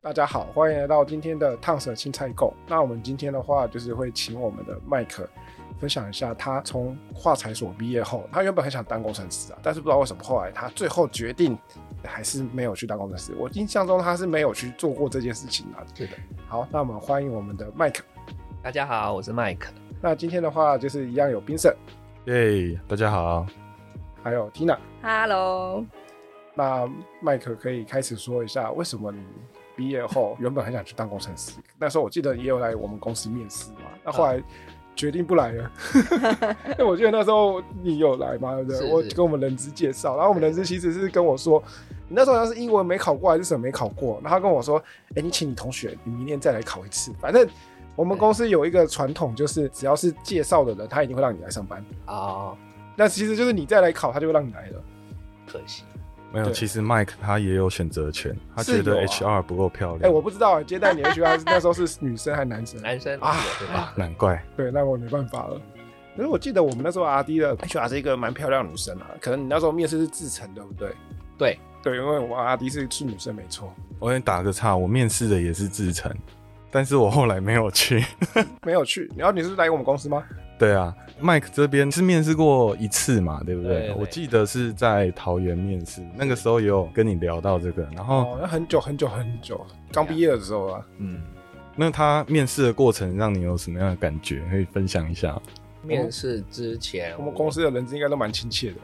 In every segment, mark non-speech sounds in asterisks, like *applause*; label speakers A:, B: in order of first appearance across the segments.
A: 大家好，欢迎来到今天的烫手青菜购。那我们今天的话，就是会请我们的麦克分享一下他从化材所毕业后，他原本很想当工程师啊，但是不知道为什么后来他最后决定还是没有去当工程师。我印象中他是没有去做过这件事情啊。
B: 是的。
A: 好，那我们欢迎我们的麦克。
B: 大家好，我是麦克。
A: 那今天的话，就是一样有冰胜，
C: 耶，大家好，
A: 还有 Tina。
D: Hello，
A: 那麦克可以开始说一下，为什么你毕业后原本很想去当工程师？那时候我记得也有来我们公司面试嘛，那后来决定不来了。 *laughs* 因为我记得那时候你有来嘛，对不对？
B: 嗯是是
A: 我跟我们人资介绍，然后我们人资其实是跟我说，你那时候好像是英文没考过还是什么没考过，然后他跟我说，哎、你请你同学，你明年再来考一次，反正。我们公司有一个传统，就是只要是介绍的人，他一定会让你来上班。
B: 哦，
A: 那其实就是你再来考，他就会让你来了。
B: 可惜，
C: 没有，
A: 对
C: 其实 Mike 他也有选择权，他
A: 是
C: 觉得
A: 有啊
C: HR 不够漂亮，
A: 哎、我不知道、接待你的 HR *laughs* 是那时候是女生还是男生？
E: 哎
B: 男生
A: 啊
B: 对吧？
C: 难怪
A: 对，那我没办法了。可是我记得我们那时候 R D 的哎 HR 是一个蛮漂亮的女生啊，可能你那时候面试是自成，对不对？
B: 对
A: 对，因为我 R D 是是女生没错，
C: 我先打个岔，我面试的也是志成，但是我后来没有去。
A: 没有去。然后你是来我们公司吗？
C: 对啊，Mike 这边是面试过一次嘛，对不对？
B: 对对
C: 我记得是在桃园面试，那个时候也有跟你聊到这个，然后
A: 哦，那很久很久很久，刚毕业的时候啊。
C: 嗯，那他面试的过程让你有什么样的感觉？可以分享一下。
B: 面试之前，
A: 我们哦公司的人资应该都蛮亲切的。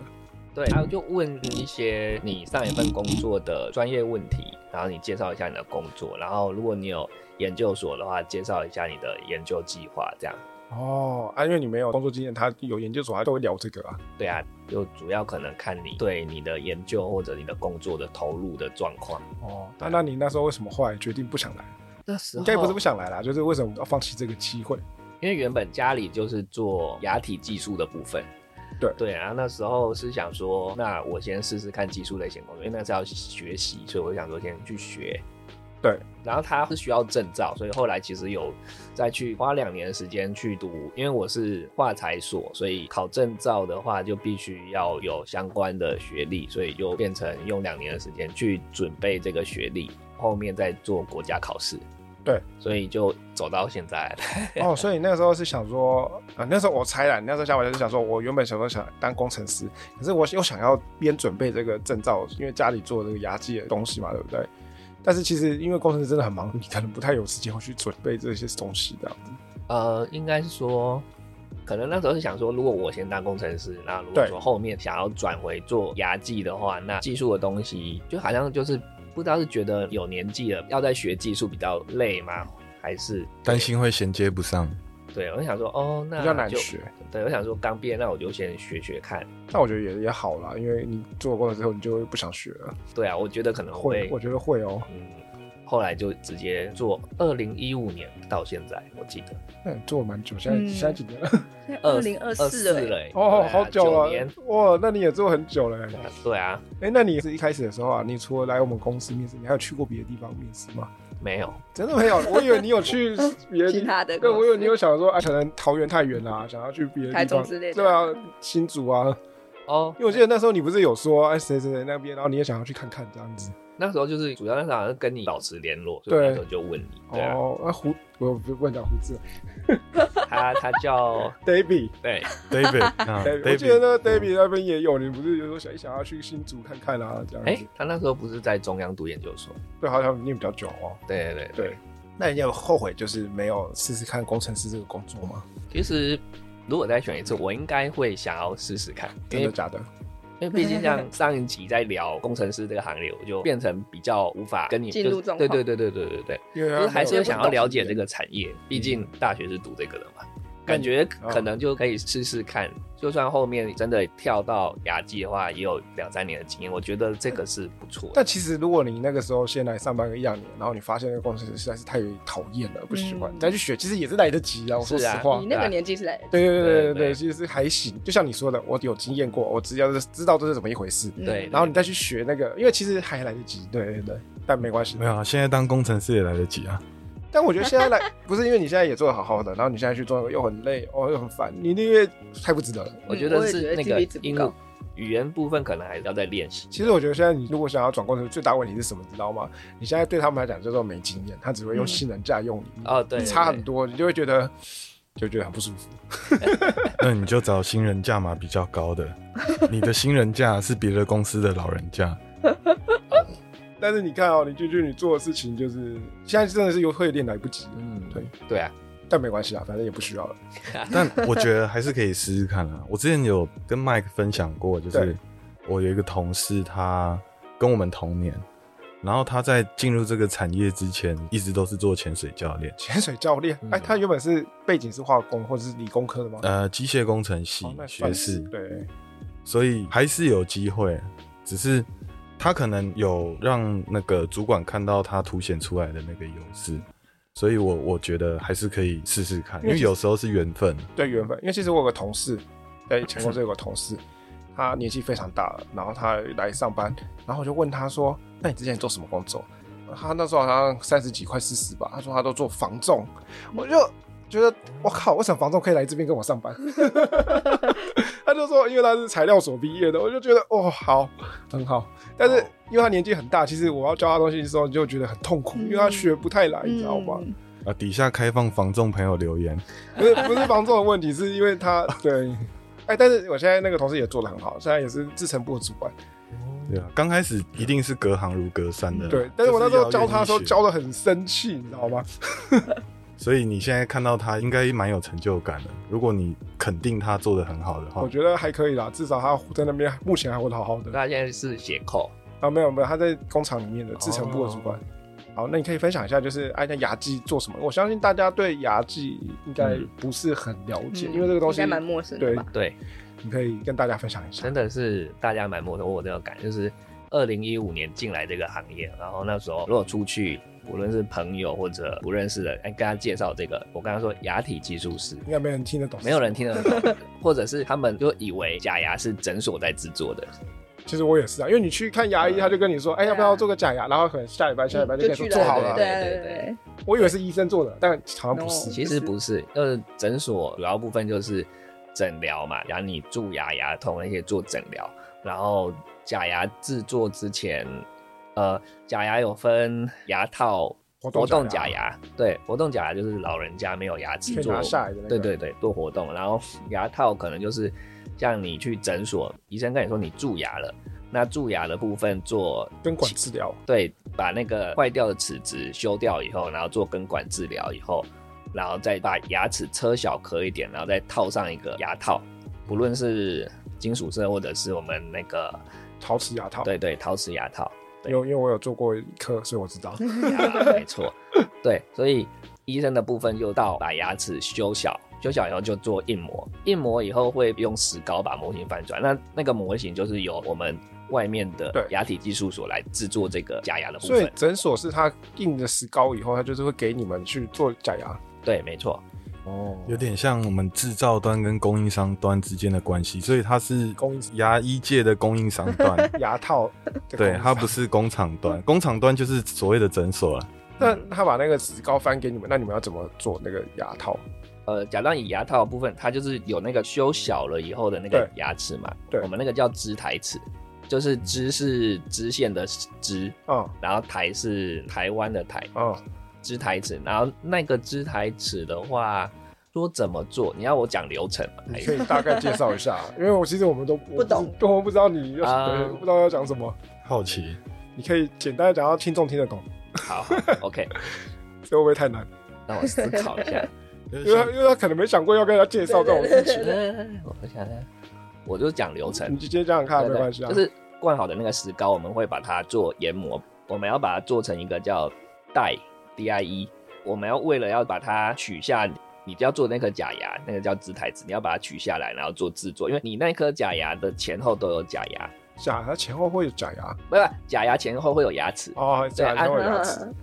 B: 对，他就问一些你上一份工作的专业问题，然后你介绍一下你的工作，然后如果你有研究所的话，介绍一下你的研究计划，这样。
A: 哦，啊，因为你没有工作经验，他有研究所，他都会聊这个啊。
B: 对啊，就主要可能看你对你的研究或者你的工作的投入的状况。
A: 哦，那那你那时候为什么后来决定不想来？
B: 那时
A: 应该不是不想来啦，就是为什么要放弃这个机会？
B: 因为原本家里就是做牙体技术的部分。
A: 对
B: 对，然后那时候是想说，那我先试试看技术类型工作，因为那是要学习，所以我就想说先去学。
A: 对，
B: 然后他是需要证照，所以后来其实有再去花两年的时间去读，因为我是化材所，所以考证照的话就必须要有相关的学历，所以就变成用两年的时间去准备这个学历，后面再做国家考试。
A: 对，
B: 所以就走到现在。
A: 哦，所以那时候是想说，啊、那时候我猜啦，你那时候想法就是想说，我原本想说想当工程师，可是我又想要边准备这个证照，因为家里做这个牙技的东西嘛，对不对？但是其实因为工程师真的很忙，你可能不太有时间会去准备这些东西这样子。
B: 呃，应该是说，可能那时候是想说，如果我先当工程师，那如果
A: 对
B: 说后面想要转回做牙技的话，那技术的东西就好像就是不知道是觉得有年纪了，要再学技术比较累吗？还是
C: 担心会衔接不上，
B: 对，我就想说，哦，那
A: 比较难
B: 就
A: 学。
B: 对，我想说刚毕业，那我就先学学看。
A: 但我觉得也也好啦，因为你做过了之后，你就会不想学了。
B: 对啊，我觉得可能
A: 会，我觉得会哦。
B: 嗯，后来就直接做，二零一五年到现在，我记得
A: 那你做了蛮久，现在、
D: 嗯
A: 现在几
B: *laughs*
A: 年了？
D: 现在二零二四
B: 24
D: 了，
B: 了欸，
A: 哦，
B: 对啊
A: 好久
B: 啊九
A: 了
B: 年， *laughs*
A: 哇，那你也做很久了欸。
B: 对啊，
A: 哎、那你是一开始的时候啊，你除了来我们公司面试，你还有去过别的地方面试吗？
B: 没有，
A: 真的没
D: *laughs*
A: 有，我以为你有去别的地
D: 其他的
A: 对，
D: 公司
A: 我以为你有想说，啊，可能桃园太远啦、想要去别的地方
D: 台中之类的
A: 对啊，新竹啊，
B: 哦
A: 因为我记得那时候你不是有说，哎，谁谁谁那边，然后你也想要去看看这样子。
B: 那时候就是主要那时候好像跟你保持联络，所以我
A: 对
B: 那时候就问你，对啊，
A: 哦，那胡，我不问讲胡子
B: 他他叫
A: ，David，
B: 对
A: *laughs*
C: David，啊
A: David，我记得那
B: 嗯
A: David 那边也有，你不是有说想想要去新竹看看啊，这样子。
B: 哎、他那时候不是在中央读研究所，
A: 对，好像念比较久哦。
B: 对对对，
A: 对，那你有后悔就是没有试试看工程师这个工作吗？
B: 其实如果再选一次，我应该会想要试试看，因
A: 真
B: 为
A: 的假的？
B: 因为毕竟像上一集在聊工程师这个行业，我就变成比较无法跟你
D: 进
B: 就是
D: 入状况
B: 对对对对对对对，
A: 因为
B: 就是还是
A: 啊有
B: 会想要了解这个产业，毕竟大学是读这个的嘛。感觉
A: 嗯
B: 可能就可以试试看。就算后面真的跳到牙技的话，也有两三年的经验，我觉得这个是不错的。
A: 但其实如果你那个时候先来上班个一两年，然后你发现那个工程师实在是太讨厌了，不喜欢，
D: 嗯
A: 再去学，其实也是来得及啊。我说
B: 是
A: 实
B: 啊
A: 话，
D: 你那个年纪是来的，
A: 对对对对
B: 对
A: 对对，
B: 对
A: 其实是还行。就像你说的，我有经验过，我只要是知道这是怎么一回事，
D: 嗯
B: 对
A: 然后你再去学那个，因为其实还来得及。对对对，但没关系
C: 没。有啊，现在当工程师也来得及啊。
A: 但我觉得现在来
B: *laughs*
A: 不是因为你现在也做的好好的，然后你现在去做又很累，哦又很烦，你那个太不值得了。
B: 我觉
D: 我也
B: 得是
D: 觉得
B: 那
D: 自
B: 个
D: 立自不
B: 英
D: 高
B: 语言部分可能还要再练习。
A: 其实我觉得现在你如果想要转工程，最大问题是什么？知道吗？你现在对他们来讲叫做没经验，他只会用
D: 嗯
A: 新人架用你，
B: 哦，对，
A: 差
B: 对
A: 很多，你就会觉得就觉得很不舒服。
C: 那你就找新人价码比较高的，你的新人价是别的公司的老人
A: *laughs*
C: 价。
A: 但是你看哦，你就就你做的事情就是现在真的是有会有点来不及了，
B: 嗯，
A: 对
B: 对对啊，
A: 但没关系啊，反正也不需要了。
C: 但我觉得还是可以试试看啊。我之前有跟 Mike 分享过，就
A: 对
C: 是我有一个同事，他跟我们同年，然后他在进入这个产业之前，一直都是做潜水教练，
A: 潜水教练，
B: 嗯
A: 哎、他原本是背景是化工或者是理工科的吗？
C: 呃，机械工程系
A: 哦那
C: 学
A: 算
C: 士，
A: 对，
C: 所以还是有机会，只是他可能有让那个主管看到他凸显出来的那个优势。所以我，我觉得还是可以试试看，因为有时候是缘分。
A: 对缘分。因为其实我有个同事，在前公司有个同事，他年纪非常大了，然后他来上班，然后我就问他说：“那你之前做什么工作？”他那时候好像三十几，快四十吧。他说他都做防重，我就觉得我靠，为什么防重可以来这边跟我上班？他就说，因为他是材料所毕业的，我就觉得哦，好，很好。但是因为他年纪很大，其实我要教他东西的时候，你就觉得很痛苦，因为他学不太哎来，你知道吗？
D: 嗯
C: 啊，底下开放房众朋友留言，
A: 不是不是防重的问题，是因为他 *laughs* 对，哎，但是我现在那个同事也做的很好，现在也是自成部的主管。
C: 对啊，刚开始一定是隔行如隔山的啦。
A: 嗯对，但是我那时候教他的时候
C: 嗯就是要
A: 教
C: 愿意
A: 的很生气，你知道吗？
C: 学，所以你现在看到他应该蛮有成就感的。如果你肯定他做的很好的话
A: 我，觉得还可以啦，至少他在那边目前还活得好好的。
B: 那现在是斜扣，
A: 啊，没有没有，他在工厂里面的制成部的主
C: 哦
A: 管。好，那你可以分享一下，就是哎，那牙技做什么？我相信大家对牙技应该不是很了解，因为这个东西
D: 嗯应该蛮陌生的
A: 对
D: 吧？，
B: 对，
A: 你可以跟大家分享一下
C: 嗯
B: 真。的是大家蛮陌生，我有这种感觉，就是二零一五年进来这个行业，然后那时候如果出去，无论是朋友或者不认识的，哎，跟他介绍这个，我跟他说牙体技术师，
A: 应该没人听得懂，
B: 没有。人听得懂，或者是他们就以为假牙是诊所在制作的，
A: 其实我也是啊，因为你去看牙医，他就跟你说，哎，要不要做个假牙？然后可能下礼拜、下礼拜就
D: 嗯就
A: 跟你
D: 去
A: 说做
D: 了
A: 好
B: 啊
A: 了。
D: 对
B: 对
D: 对
B: 对
D: 对，
A: 我以为是医生做的，但好像不哦是。
B: 其实不是，就是诊所主要部分就是诊疗嘛，然后你蛀牙、牙痛那些做诊疗，然后假牙制作之前，呃，假牙有分牙套。
A: 活动
B: 活
A: 假牙
B: 动假牙，对，活动假牙就是老人家没有牙齿
A: 可以
B: 做
A: 拿下来的那个
B: 对对对，做活动，然后牙套可能就是像你去诊所，医生跟你说你蛀牙了，那蛀牙的部分做
A: 根管治疗，
B: 对，把那个坏掉的齿质修掉以后，然后做根管治疗以后，然后再把牙齿车小颗一点，然后再套上一个牙套，不论是金属色或者是我们那个
A: 陶瓷牙套。
B: 对对陶瓷
A: *laughs*
B: 牙套，对
A: 因为因为我有做过一科，所以我知道。
B: 牙没错，对，所以医生的部分就到把牙齿修小，修小以后就做印模，印模以后会用石膏把模型翻转，那那个模型就是由我们外面
A: 对
B: 的牙体技术所来制作这个假牙的部
A: 所以
B: 分，
A: 诊所是他印了石膏以后，他就是会给你们去做假牙。
B: 对，没错。
A: 哦，
C: 有点像我们制造端跟供应商端之间的关系，所以它是
A: 供应商，
C: 牙医界的供应商端
A: *laughs* 牙套。
C: 对，它不。是工厂端，工厂端就是所谓的诊所啊了。
A: 那他把那个石膏翻给你们，那你们要怎么做那个牙套？
B: 呃，假装以牙套的部分，它就是有那个修小了以后的那个
A: 对
B: 牙齿嘛，
A: 对
B: 我们那个叫支台齿，就是支是支线的支，
A: 啊
B: 然后台是台湾的台，
A: 啊，
B: 支台齿，然后那个支台齿的话，说怎么做？你要我讲流程吗？还
A: 你可
B: 是
A: 以大概介绍一下，因为我其实我们都
D: 不懂，
A: 我我不知道你要
B: 啊
A: 对不知道要讲什么。
C: 好奇，
A: 你可以简单的讲，让听众听得懂，
B: 好好，OK，
A: 这会不会太难？
B: 让我思考一
A: *laughs*
B: 下。
A: 因为他因为他可能没想过要跟人家介绍这种事情。
B: 嗯我想想，我就讲流程
A: 你，直接讲讲看，
B: 对
A: 没
B: 对
A: 关系啊。
B: 就是灌好的那个石膏，我们会把它做研磨，我们要把它做成一个叫带 D I E，我们要为了要把它取下你要做那颗假牙，那个叫植台子，你要把它取下来，然后做制作，因为你那颗假牙的前后都有假牙，
A: 假牙前后会有假牙
B: 不是假牙前后会有牙齿。
A: 哦，假牙前后有牙齿，
D: 嗯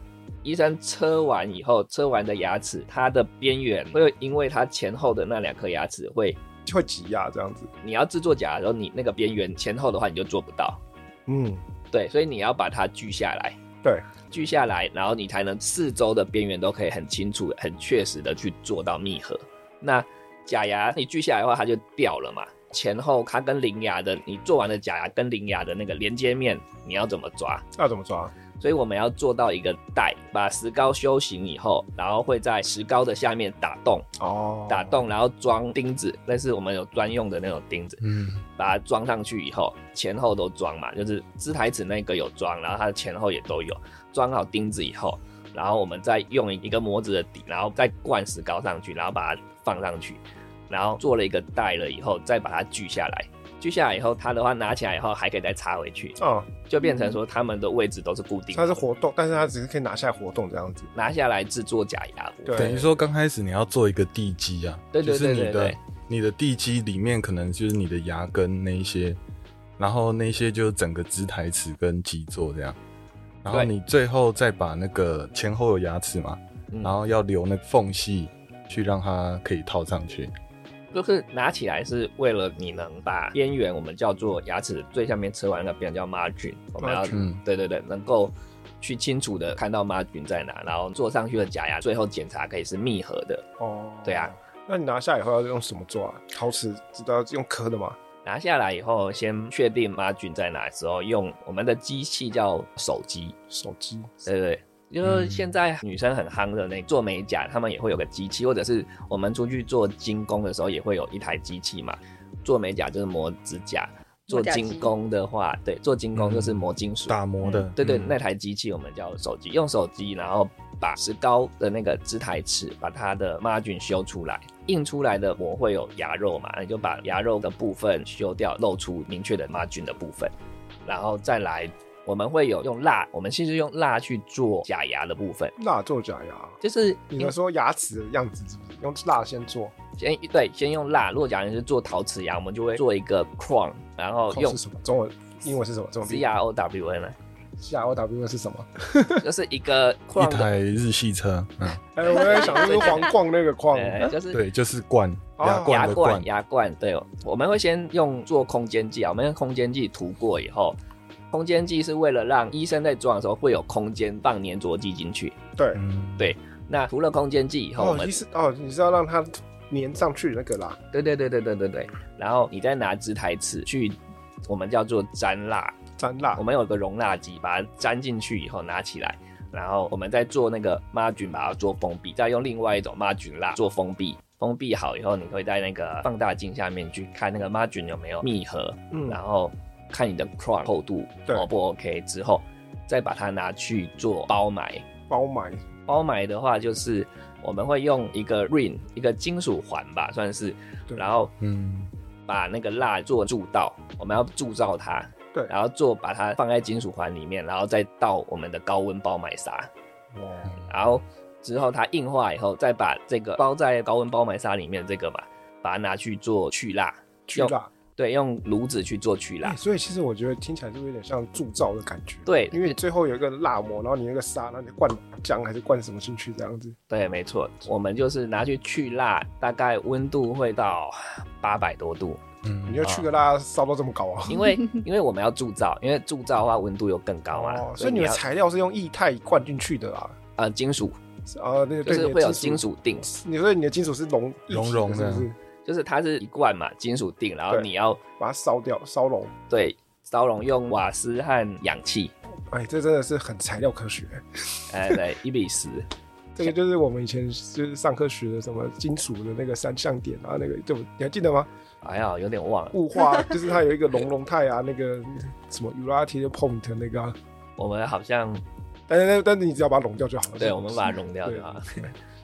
B: 医生车完以后，车完的牙齿，它的边缘会因为它前后的那两颗牙齿会，
A: 会挤压这样子。
B: 你要制作假牙的时候，你那个边缘前后的话，你就做不到。
A: 嗯，
B: 对，所以你要把它锯下来，
A: 对，
B: 锯下来，然后你才能四周的边缘都可以很清楚、很确实的去做到密合。那假牙你锯下来的话，它就掉了嘛。前后它跟邻牙的，你做完的假牙跟邻牙的那个连接面，你要怎么抓？
A: 那怎么抓？
B: 所以我们要做到一个带，把石膏修行以后，然后会在石膏的下面打洞，
A: 哦，
B: 打洞，然后装钉子，那是我们有专用的那种钉子，
C: 嗯，
B: 把它装上去以后，前后都装嘛，就是支台子那个有装，然后它的前后也都有装好钉子以后，然后我们再用一个模子的底，然后再灌石膏上去，然后把它放上去，然后做了一个带了以后，再把它锯下来。锯下来以后，它的话拿起来以后还可以再插回去，
A: 哦，
B: 就变成说它们的位置都是固定的。
A: 它是活动，但是它只是可以拿下来活动这样子。
B: 拿下来制作假牙糊。
A: 对
C: 等于说刚开始你要做一个地基啊，
B: 对对对
C: 就是你
B: 对对
C: 的
B: 对
C: 你的地基里面可能就是你的牙根那一些，然后那些就整个支台齿跟基座这样，然后
B: 对
C: 你最后再把那个前后有牙齿嘛，
B: 嗯
C: 然后要留那个缝隙去让它可以套上去。
B: 就是拿起来是为了你能把边缘，我们叫做牙齿最下面吃完那个边叫 margin，我们要
C: Margin
B: 对对对，能够去清楚的看到 margin 在哪，然后做上去的假牙最后检查可以是密合的。
A: 哦，
B: 对啊。
A: 那你拿下以后要用什么做啊？陶瓷知道用磕的吗？
B: 拿下来以后，先确定 margin 在哪之后，用我们的机器叫手机，
A: 手机
B: 对对对。就是
D: 嗯
B: 现在女生很夯的那做美甲，她们也会有个机器，或者是我们出去做精工的时候也会有一台机器嘛。做美甲就是磨指甲，做
D: 磨甲机
B: 精工的话，对，做精工就是磨金属。
C: 打磨的，
B: 对对，
C: 嗯
B: 那台机器我们叫手机，用手机然后把石膏的那个支台尺，把它的 margin 修出来，印出来的膜会有牙肉嘛，你就把牙肉的部分修掉，露出明确的 margin 的部分，然后再来。我们会有用蜡，我们其实用蜡去做假牙的部分，
A: 蜡做假牙，
B: 就是
A: 你们说牙齿的样子是不是用蜡先做？
B: 先对，先用蜡。如果假如是做陶瓷牙，我们就会做一个框，然后
A: 口
B: 哦用
A: 是什么？中文、英文是什么？中文
B: C R O W N 啊，
A: C R O W 是什么？
B: 就是一个
C: 一
B: 框的，
C: 台日系车，嗯，
A: 哎，我在想就是皇冠那个
B: *laughs*
A: 框，
C: *laughs*
B: 呃，就是
C: 对，就是罐
A: 哦
C: 牙
B: 牙
C: 罐的
B: 冠
C: 罐，
B: 牙冠，对，我们会先用做空间剂啊，我们用空间剂涂过以后，空间剂是为了让医生在装的时候会有空间放粘着剂进去。
A: 对。
C: 嗯，
B: 对那涂了空间剂以后，我
A: 哦，
B: 们
A: 你是哦，你是要让它粘上去那个啦。
B: 对对对对对对对，然后你再拿支台尺去，我们叫做粘蜡，
A: 粘蜡
B: 我，们有个容蜡机，把它粘进去以后拿起来，然后我们再做那个 margin 把它做封闭，再用另外一种 margin 蜡做封闭。封闭好以后，你会在那个放大镜下面去看那个 margin 有没有密合，
A: 嗯
B: 然后看你的 crown 厚度
A: 对
B: O 不 OK 之后，再把它拿去做包埋。
A: 包埋，
B: 包埋的话，就是我们会用一个 ring 一个金属环吧，算是，
A: 对
B: 然后
C: 嗯，
B: 把那个蜡做铸造，我们要铸造它，
A: 对
B: 然后做把它放在金属环里面，然后再到我们的高温包埋砂，
A: 哦，
B: 然后之后它硬化以后，再把这个包在高温包埋砂里面这个嘛，把它拿去做去蜡，
A: 去
B: 用
A: 蜡。
B: 对，用炉子去做去蜡
A: 哎，所以其实我觉得听起来就有点像铸造的感觉。
B: 对
A: 因为你最后有一个蜡膜，然后你那个沙，然后你灌浆还是灌什么进去这样子。
B: 对，没错，我们就是拿去去蜡，大概温度会到八百多度，
C: 嗯
A: 你就去个蜡烧到这么高啊？
B: 因为因为我们要铸造，因为铸造的话温度又更高嘛，
A: 哦，所以你
B: 啊你
A: 们
B: 要
A: 材料是用液态灌进去的啦。
B: 呃金属
A: 呃，那个
B: 就
A: 对，
B: 是
A: 你的哦
B: 会有金。属锭，
A: 你说你的金属是熔一体
C: 熔融
A: 是
C: 的
A: 不是？
B: 就是它是一罐嘛金属锭，然后
A: 对
B: 你要
A: 把它烧掉，烧熔。
B: 对烧熔用瓦斯和氧气，
A: 哎，这真的是很材料科学。
B: 呃对一比十，
A: 这个就是我们以前就是上课学的什么金属的那个三项点啊，那个就你还记得吗？
B: 哎呀有点忘了，
A: 雾化就是它有一个熔融态啊，那个什么 uranium point 那个、啊，
B: 我们好像
A: 但是但是你只要把它融掉就好了。
B: 对我们把它融掉
A: 对
B: 就好了。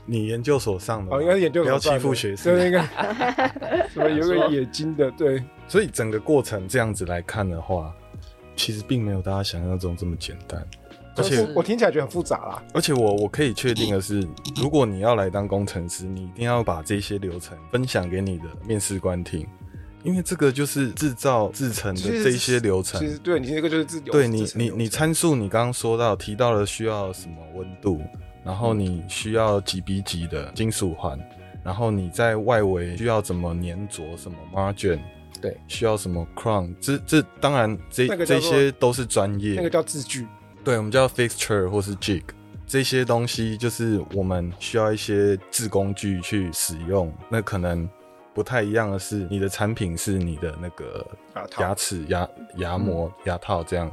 C: 你研究所上的嘛，
A: 哦，应该是研究
C: 不
A: 所
C: 要
A: 上
C: 欺
A: 的
C: 负学生
A: 对，那个什么有一个冶金的，对，
C: *laughs* 所以整个过程这样子来看的话，其实并没有大家想象中这么简单。而且
A: 我听起来觉得很复杂啦。
C: 而且我我可以确定的是，如果你要来当工程师，你一定要把这些流程分享给你的面试官听，因为这个就是制造制成的
A: 其实
C: 这一些流程
A: 其。实对你这个就是自由，
C: 对
A: 自
C: 你
A: 成
C: 你
A: 流程
C: 你参数，你刚刚说到提到了需要什么温度，然后你需要几比几的金属环，然后你在外围需要怎么粘着什么 margin，
B: 对，
C: 需要什么 crown，这这当然这、
A: 那个叫
C: 这
A: 做
C: 些都是专业，
A: 那个叫字句，
C: 对，我们叫 fixture 或是 jig，这些东西就是我们需要一些制工具去使用。那可能不太一样的是，你的产品是你的那个
A: 牙啊套嗯
C: 牙齿、牙牙模、牙套这样。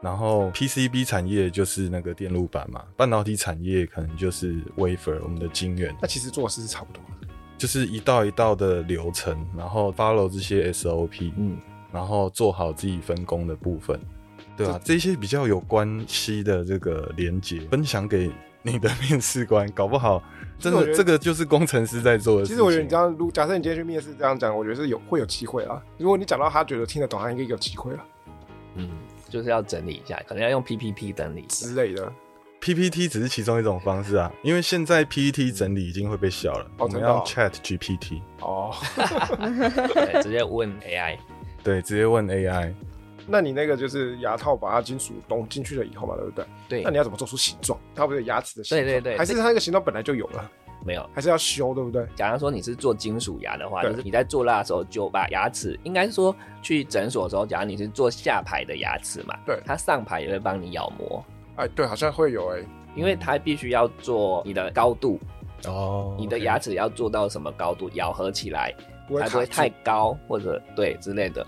C: 然后 PCB 产业就是那个电路板嘛，半导体产业可能就是 wafer 我们的晶圆，
A: 那其实做的事是差不多的。
C: 就是一道一道的流程，然后 follow 这些 SOP，
B: 嗯，
C: 然后做好自己分工的部分，对啊，这些比较有关系的这个连接，分享给你的面试官，搞不好
A: 其
C: 真
A: 实我觉
C: 的
A: 得
C: 这个就是工程师在做的
A: 其
C: 事情。
A: 实我觉得你这样，如假设你今天去面试这样讲，我觉得是有会有机会啊。如果你讲到他觉得听得懂，他应该有机会了
B: 嗯，就是要整理一下，可能要用 PPT 整理一下
A: 之类的。
C: PPT 只是其中一种方式啊，因为现在 PPT 整理已经会被笑了，
A: 哦
C: 我们
A: 真的哦
C: 要 Chat GPT，
A: 哦，
B: 对，直接问 AI。
C: 对，直接问 AI。
A: 那你那个就是牙套把它金属弄进去了以后嘛，对不对？
B: 对
A: 那，你要怎么做出形状？它不是有牙齿的形状？
B: 对对对
A: 还是它那个形状本来就有了，
B: 没有。
A: 还是要修，对不对？
B: 假如说你是做金属牙的话，
A: 对
B: 就是你在做蜡的时候就把牙齿，应该说去诊所的时候，假如你是做下排的牙齿嘛，
A: 对
B: 它上排也会帮你咬磨，
A: 哎，对，好像会有哎、
B: 因为它必须要做你的高度，
C: 哦
B: 你的牙齿要做到什么高度，咬合起来
A: 不会
B: 才不会
A: 卡住
B: 太高或者对之类的。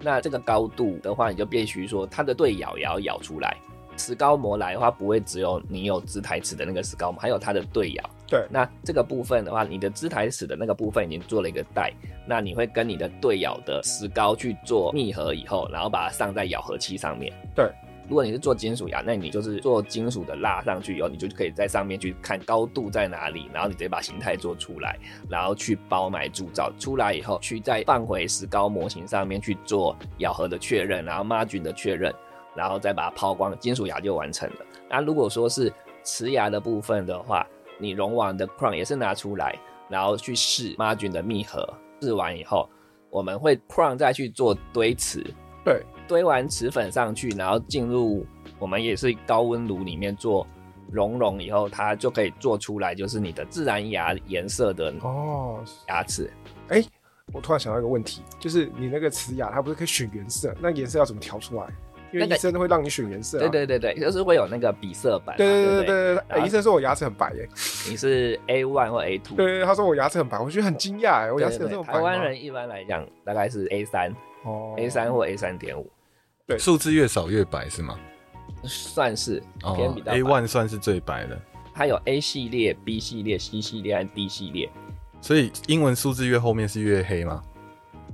B: 那这个高度的话，你就必须说它的对咬也要咬出来。石膏膜来的话，不会只有你有直台齿的那个石膏膜，还有它的对咬。
A: 对
B: 那这个部分的话，你的支台齿的那个部分已经做了一个带，那你会跟你的对咬的石膏去做密合以后，然后把它上在咬合器上面。
A: 对，
B: 如果你是做金属牙，那你就是做金属的蜡上去以后，你就可以在上面去看高度在哪里，然后你直接把形态做出来，然后去包埋铸造出来以后，去再放回石膏模型上面去做咬合的确认，然后 margin 的确认，然后再把它抛光，金属牙就完成了。那如果说是瓷牙的部分的话，你熔网的 crown 也是拿出来，然后去试 margin 的密合，试完以后，我们会 crown 再去做堆瓷，
A: 对，
B: 堆完瓷粉上去，然后进入我们也是高温炉里面做熔融以后，它就可以做出来，就是你的自然牙颜色的
A: 哦，
B: 牙齿。
A: 我突然想到一个问题，就是你那个瓷牙，它不是可以选颜色？那颜色要怎么调出来？因为
B: 那个
A: 医生都会让你选颜色、啊。
B: 对对对对，就是会有那个比色板嘛，
A: 对对
B: 对啊
A: 对对
B: 不
A: 对对。
B: 然
A: 哎，
B: 后
A: 医生说我牙齿很白耶、
B: 你是 A one 或 A two。
A: 对对对，他说我牙齿很白，我觉得很惊讶哎，我牙齿有
B: 对
A: 这
B: 对
A: 么白
B: 台
A: 吗
B: 湾人一般来讲大概是 A 三、
A: 哦
B: A 三或 A 三点五，
C: 数字越少越白是吗？哦
B: 算是偏比较白。
C: ，A one 算是最白的，
B: 它有 A 系列、B 系列、C 系列和 D 系列，
C: 所以英文数字越后面是越黑吗？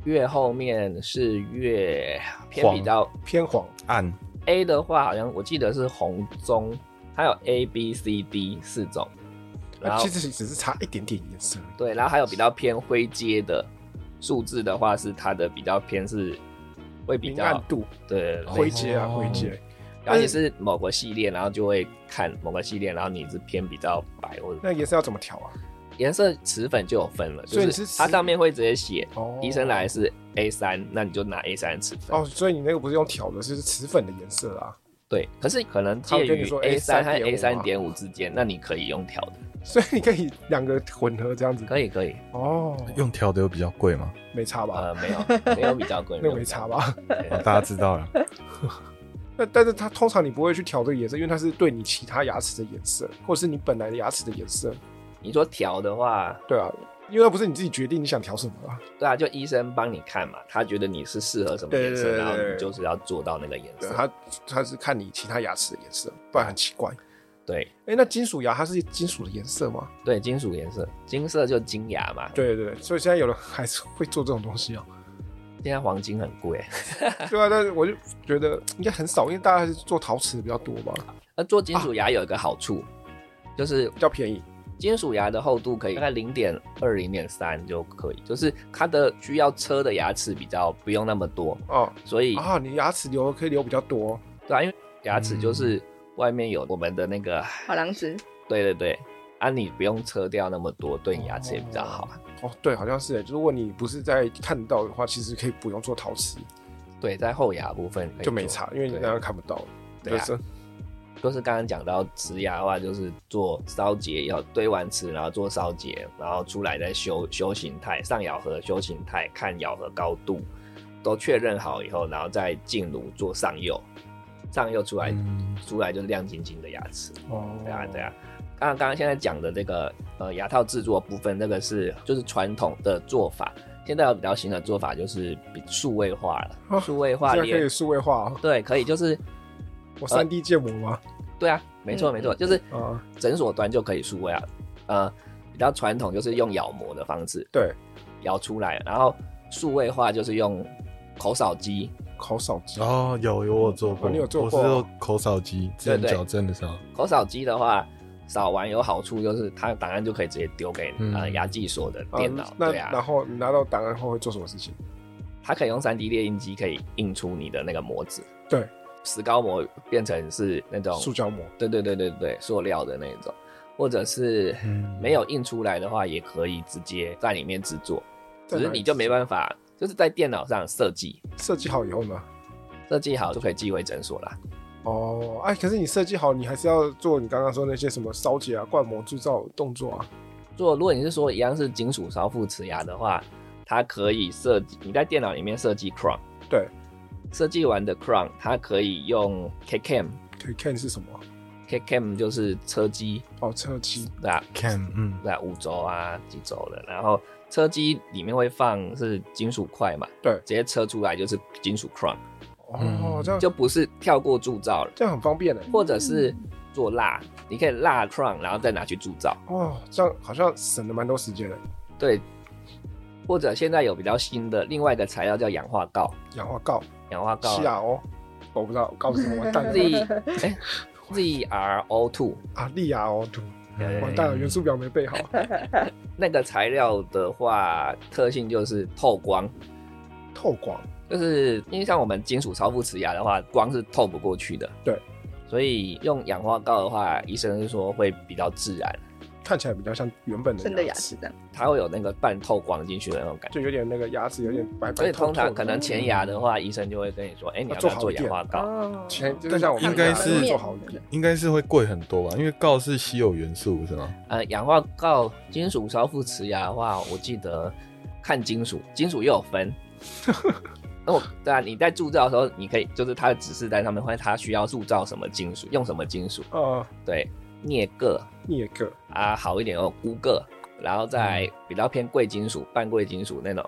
B: 越后面是越偏比较
A: 偏黄，啊
C: 暗
B: A 的话，好像我记得是红棕，还有 A、B、C、D 四种，然
A: 那
B: 后
A: 其实只是差一点点颜色而已。
B: 对，然后还有比较偏灰阶的数字的话，是它的比较偏是会比
A: 明
B: 较
A: 暗度、
B: 对对对
A: 灰阶啊，
C: 哦
A: 灰阶。
B: 然后你是某个系列，然后就会看某个系列，然后你是偏比较白或者
A: 那颜色要怎么调啊？
B: 颜色瓷粉就有分了，
A: 所以
B: 就
A: 你
B: 是
A: 是
B: 它
A: 瓷
B: 上面会直接写
A: 哦
B: 医生来是 A 三，那你就拿 A 三瓷粉。
A: 哦，所以你那个不是用调的，是瓷粉的颜色啊。 *laughs*
B: 对，可是可能
A: 他
B: 介
A: 会跟你
B: 于
A: 说
B: A 三和 A
A: 3.5
B: 三
A: 嘛
B: 点五之间，那你可以用调的，
A: 所以你可以两个混合这样子。
B: 可以可以，
A: 哦，
C: 用调的有比较贵吗？
A: 没差吧？
B: 呃，没有没有比较贵，
A: 那个 *laughs* 没差吧？
B: 没有比较
C: 哦
B: 贵？
C: 大家知道
B: *laughs*
C: 了。
A: 那但是它通常你不会去调这个颜色，因为它是对你其他牙齿的颜色，或者是你本来的牙齿的颜色。
B: 你说调的话，
A: 对啊，因为那不是你自己决定你想调什么啊。
B: 对啊，就医生帮你看嘛，他觉得你是适合什么
A: 对
B: 颜色，
A: 对对
B: 然后
A: 对
B: 你就是要做到那个颜
A: 对，
B: 色。
A: 它它是看你其他牙齿的颜色，不然很奇怪。
B: 对
A: 哎，那金属牙它是金属的颜色吗？
B: 对，金属颜色，金色就金牙嘛。
A: 对对对，所以现在有人还是会做这种东
B: *laughs*
A: 西啊。
B: 现在黄金很贵，
A: 对啊，但是我就觉得应该很少，因为大家还是做陶瓷的比较多吧，
B: 那做金属
A: 啊
B: 牙有一个好处，就是
A: 比较便宜。
B: 金属牙的厚度可以大概零点二、零点三就可以，就是它的需要车的牙齿比较不用那么多，
A: 哦
B: 所以
A: 啊，你牙齿留可以留比较多，
B: 对啊，因为牙齿就是外面有我们的那个，
D: 好狼子，
B: 对对对，啊，你不用车掉那么多，对你牙齿也比较好。啊。
A: 哦，对，好像是哎，如果你不是在看得到的话，其实可以不用做陶瓷，
B: 对，在后牙部分可以
A: 就没
B: 做
A: 差，因为你
B: 对啊
A: 那样看不到。
B: 对啊
A: 就是
B: 就是刚刚讲到植牙的话，就是做烧结，要堆完齿，然后做烧结，然后出来再修修形态，上咬合修形态，看咬合高度，都确认好以后，然后再进炉做上釉，上釉出来、
C: 嗯
B: 出来就是亮晶晶的牙齿。
A: 哦
B: 对啊，对啊。刚刚刚刚现在讲的这个呃牙套制作部分，那个是就是传统的做法，现在有比较新的做法就是比数位化
A: 哦
B: 了，数位化
A: 现在
B: 连、
A: 可以数位化哦，
B: 对可以就是呃
A: 我三 D 建模吗？
B: 对啊，没错
D: 嗯
B: 没错，就是
A: 啊，
B: 诊所端就可以数位啊，呃，比较传统就是用咬模的方式
A: 对，
B: 咬出来，然后数位化就是用口扫机，
A: 烤扫机
C: 哦，有有我做过，
A: 哦你有做过
C: 我是
A: 啊
C: 用口扫机，之前
B: 对对
C: 矫正的时哦候，
B: 口扫机的话。扫完有好处就是它的档案就可以直接丢给、
C: 嗯
B: 呃牙技所的
A: 啊
B: 电脑，
A: 那
B: 对啊，
A: 然后你拿到档案后会做什么事情？
B: 它可以用3 D 列印机可以印出你的那个模子，
A: 对，
B: 石膏模变成是那种
A: 塑，胶膜。
B: 对对对对对，塑料的那一种，或者是
C: 嗯
B: 没有印出来的话，也可以直接在里面制作，
A: 在
B: 只
A: 哪里
B: 是你就没办法，就是在电脑上设计，
A: 设计好以后呢？
B: 设计好就可以寄回诊所啦。
A: 哦，哎，可是你设计好，你还是要做你刚刚说那些什么烧结啊、灌模、铸造动作啊。
B: 做，如果你是说一样是金属烧附瓷牙的话，它可以设计你在电脑里面设计 crown，
A: 对
B: 设计完的 crown，它可以用 KCam。
A: K Can 是什么？
B: KCam 就是车机，
A: 哦，车漆。
B: 对吧？
C: ，cam，嗯，
B: 在五轴啊几轴的，然后车机里面会放是金属块嘛，
A: 对
B: 直接车出来就是金属 crown，
A: 哦，这样
B: 就不是跳过铸造了，
A: 这样很方便哎。
B: 或者是做蜡，你可以蜡 crown，然后再拿去铸造，
A: 哦，这样好像省了蛮多时间的。
B: 对，或者现在有比较新的另外一个材料叫氧化锆，
A: 氧化锆、
B: 氧化锆
A: 西亚哦，我不知道锆是什么，完
D: *laughs*
A: 蛋了。
B: Z 哎 ZRO two
A: 啊，利亚哦，土，
B: 对
A: 完蛋了，元素表没
D: *laughs*
A: 背好。
B: 那个材料的话，特性就是透光。
A: 透光，
B: 就是因为像我们金属超附磁牙的话，光是透不过去的。
A: 对，
B: 所以用氧化锆的话，医生是说会比较自然，
A: 看起来比较像原本
D: 真的
A: 的
D: 牙
A: 牙
D: 齿
A: 齿，
D: 这样，
B: 它会有那个半透光进去的那种感觉。
A: 就有点那个牙齿有点白
B: 所
A: 白
B: 以
A: 透透
B: 通
A: 的。
B: 常可能前牙的话，医生就会跟你说，哎、你要不
A: 啊做
B: 要
A: 好
B: 做
A: 一
B: 氧
A: 点
B: 化锆？
D: 哦，
A: 前就
C: 但
A: 是像我们
C: 应该
A: 牙齿
C: 是
A: 做好一点。
C: 应该是会贵很多吧，因为锆是稀有元素是吗？
B: 呃，氧化锆金属超附磁牙的话，我记得看金属，金属又有
A: *laughs*
B: 分。那我对啊，你在铸造的时候，你可以就是它的指示单上面会它需要铸造什么金属，用什么金属，
A: 呃，
B: 对，镍铬、
A: 镍铬，
B: 啊，好一点哦，钴铬，然后再比较偏贵金属、半贵金属那种，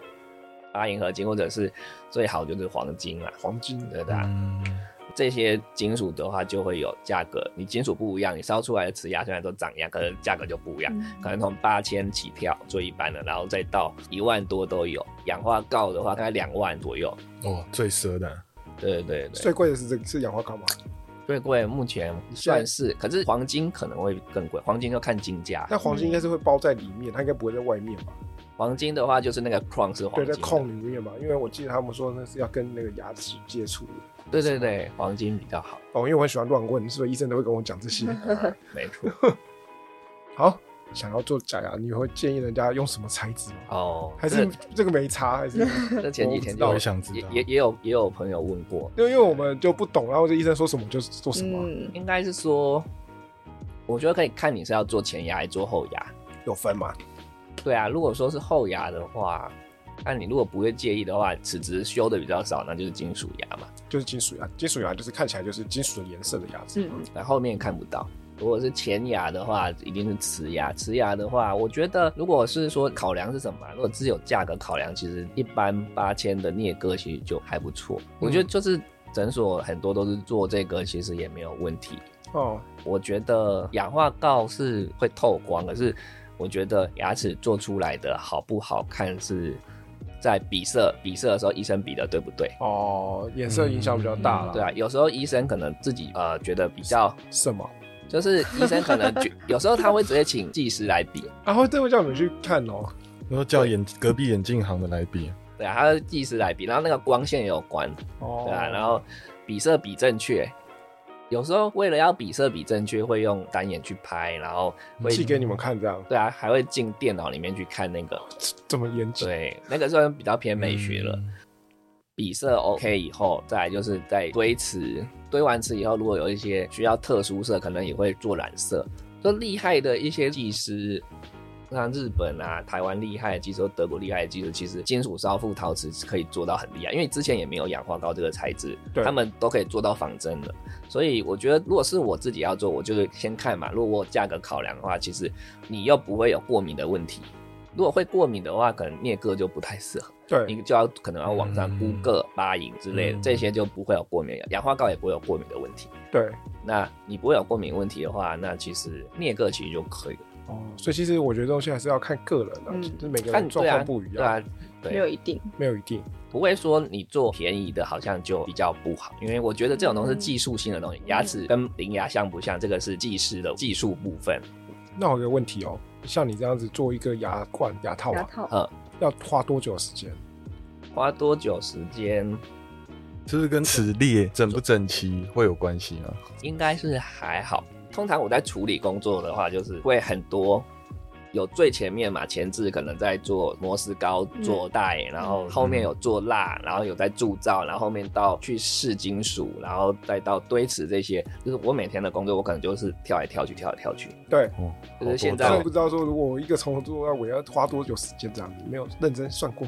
B: 八银合金或者是最好就是黄金啦，
A: 黄金
B: 对的、啊。
C: 嗯，
B: 这些金属的话就会有价格，你金属不一样，你烧出来的瓷牙虽然都长一样，可是价格就不一样，
D: 嗯
B: 可能从八千起跳最一般的，然后再到一万多都有。氧化锆的话大概两万左右，
C: 哦，最奢的，
B: 对对对，
A: 最贵的是这个是氧化锆吗？
B: 最贵目前算是，可是黄金可能会更贵，黄金要看金价。
A: 那黄金应该是会包在里面，它应该不会在外面吧？
B: 黄金的话就是那个矿是嗯黄
A: 对，
B: 金
A: 在
B: 的，
A: 空里面嘛，因为我记得他们说那是要跟那个牙齿接触的。
B: 对对对，黄金比较好。
A: 哦，因为我很喜欢乱问，所以医生都会跟我讲这
D: *laughs*
A: 些。
B: 没
C: *laughs*
B: 错。
A: 好，想要做假牙，你会建议人家用什么材质吗？
B: 哦，
A: 还是这个没差？还是
B: *laughs* 这这前几天
C: 我
B: 就
C: 也想知
B: 也
C: 道
B: 也也有也有朋友问过，
A: 因为因为我们就不懂，然后这医生说什么就做什么，
D: 嗯，
B: 应该是说，我觉得可以看你是要做前牙还是做后牙。
A: 有分嘛？
B: 对啊，如果说是后牙的话，那你如果不会介意的话，齿质修的比较少，那就是金属牙嘛，
A: 就是金属牙，金属牙就是看起来就是金属的颜色的牙齿。
D: 嗯，
B: 那后面看不到。如果是前牙的话，一定是瓷牙。瓷牙的话，我觉得如果是说考量是什么啊，如果只有价格考量，其实一般八千的镍哥其实就还不错。
A: 嗯
B: 我觉得就是诊所很多都是做这个，其实也没有问题。
A: 哦，
B: 我觉得氧化锆是会透光，可是我觉得牙齿做出来的好不好看是在比色比色的时候，医生比的对不对？
A: 哦，颜色影响比较大了。
B: 对啊，，有时候医生可能自己呃觉得比较，
A: 什么？
B: 就是医生可能
A: *laughs*
B: 觉有时候他会直接请技师来比，
A: 然后这会叫你们去看哦。
C: 然后叫眼隔壁眼镜行的来比，
B: 对啊，他会啊技师来比，然后那个光线也有关，
A: 哦
B: 对啊，然后比色比正确，有时候为了要比色比正确，会用单眼去拍，然后会
A: 寄给你们看这样，
B: 对啊，还会进电脑里面去看那个，
A: 这么严谨，
B: 对，那个算比较偏美学了。
C: 嗯
B: 比色 OK 以后，再来就是在堆词，堆完词以后，如果有一些需要特殊色，可能也会做染色。就厉害的一些技师，像日本啊、台湾厉害的技术、德国厉害的技术，其实金属烧覆陶瓷可以做到很厉害，因为之前也没有氧化膏这个材质，
A: 对
B: 他们都可以做到仿真的。所以我觉得，如果是我自己要做，我就是先看嘛。如果我有价格考量的话，其实你又不会有过敏的问题。如果会过敏的话，可能镍铬就不太适合。
A: 对，
B: 你就要可能要往上估
C: 嗯
B: 个八银之类的，
C: 嗯
B: 这些就不会有过敏，氧化膏也不会有过敏的问题。
A: 对，
B: 那你不会有过敏问题的话，那其实镍铬其实就可以了。
A: 哦，所以其实我觉得东西还是要看个人的，
D: 嗯
A: 就是每个
B: 看
A: 人状
B: 对啊，
A: 况不一
B: 对
A: 样，
B: 啊，
D: 没有
B: 对，
D: 一定，
A: 没有一定，
B: 不会说你做便宜的，好像就比较不好，因为我觉得这种东西是技术性的东西，牙齿跟邻牙像不像，这个是技师的技术部分。
A: 那我有个问题哦，像你这样子做一个牙冠、牙套
D: 牙
A: 啊，
D: 套
B: 呃，
A: 要花多久时间？
B: 花多久时间？
C: 是不是跟齿列整不整齐会有关系吗？
B: 应该是还好。通常我在处理工作的话，就是会很多有最前面嘛，前置可能在做摩斯膏、
D: 嗯
B: 做带，然后后面有做蜡，然后有在铸造，然后后面到去试金属，然后再到堆瓷这些，就是我每天的工作，我可能就是跳来跳去，跳来跳去。
A: 对，
C: 哦，
B: 就是现在
C: 好
A: 真的
C: 多道
A: 不知道说如果我一个从头做到尾要花多久时间这样子，没有认真算过，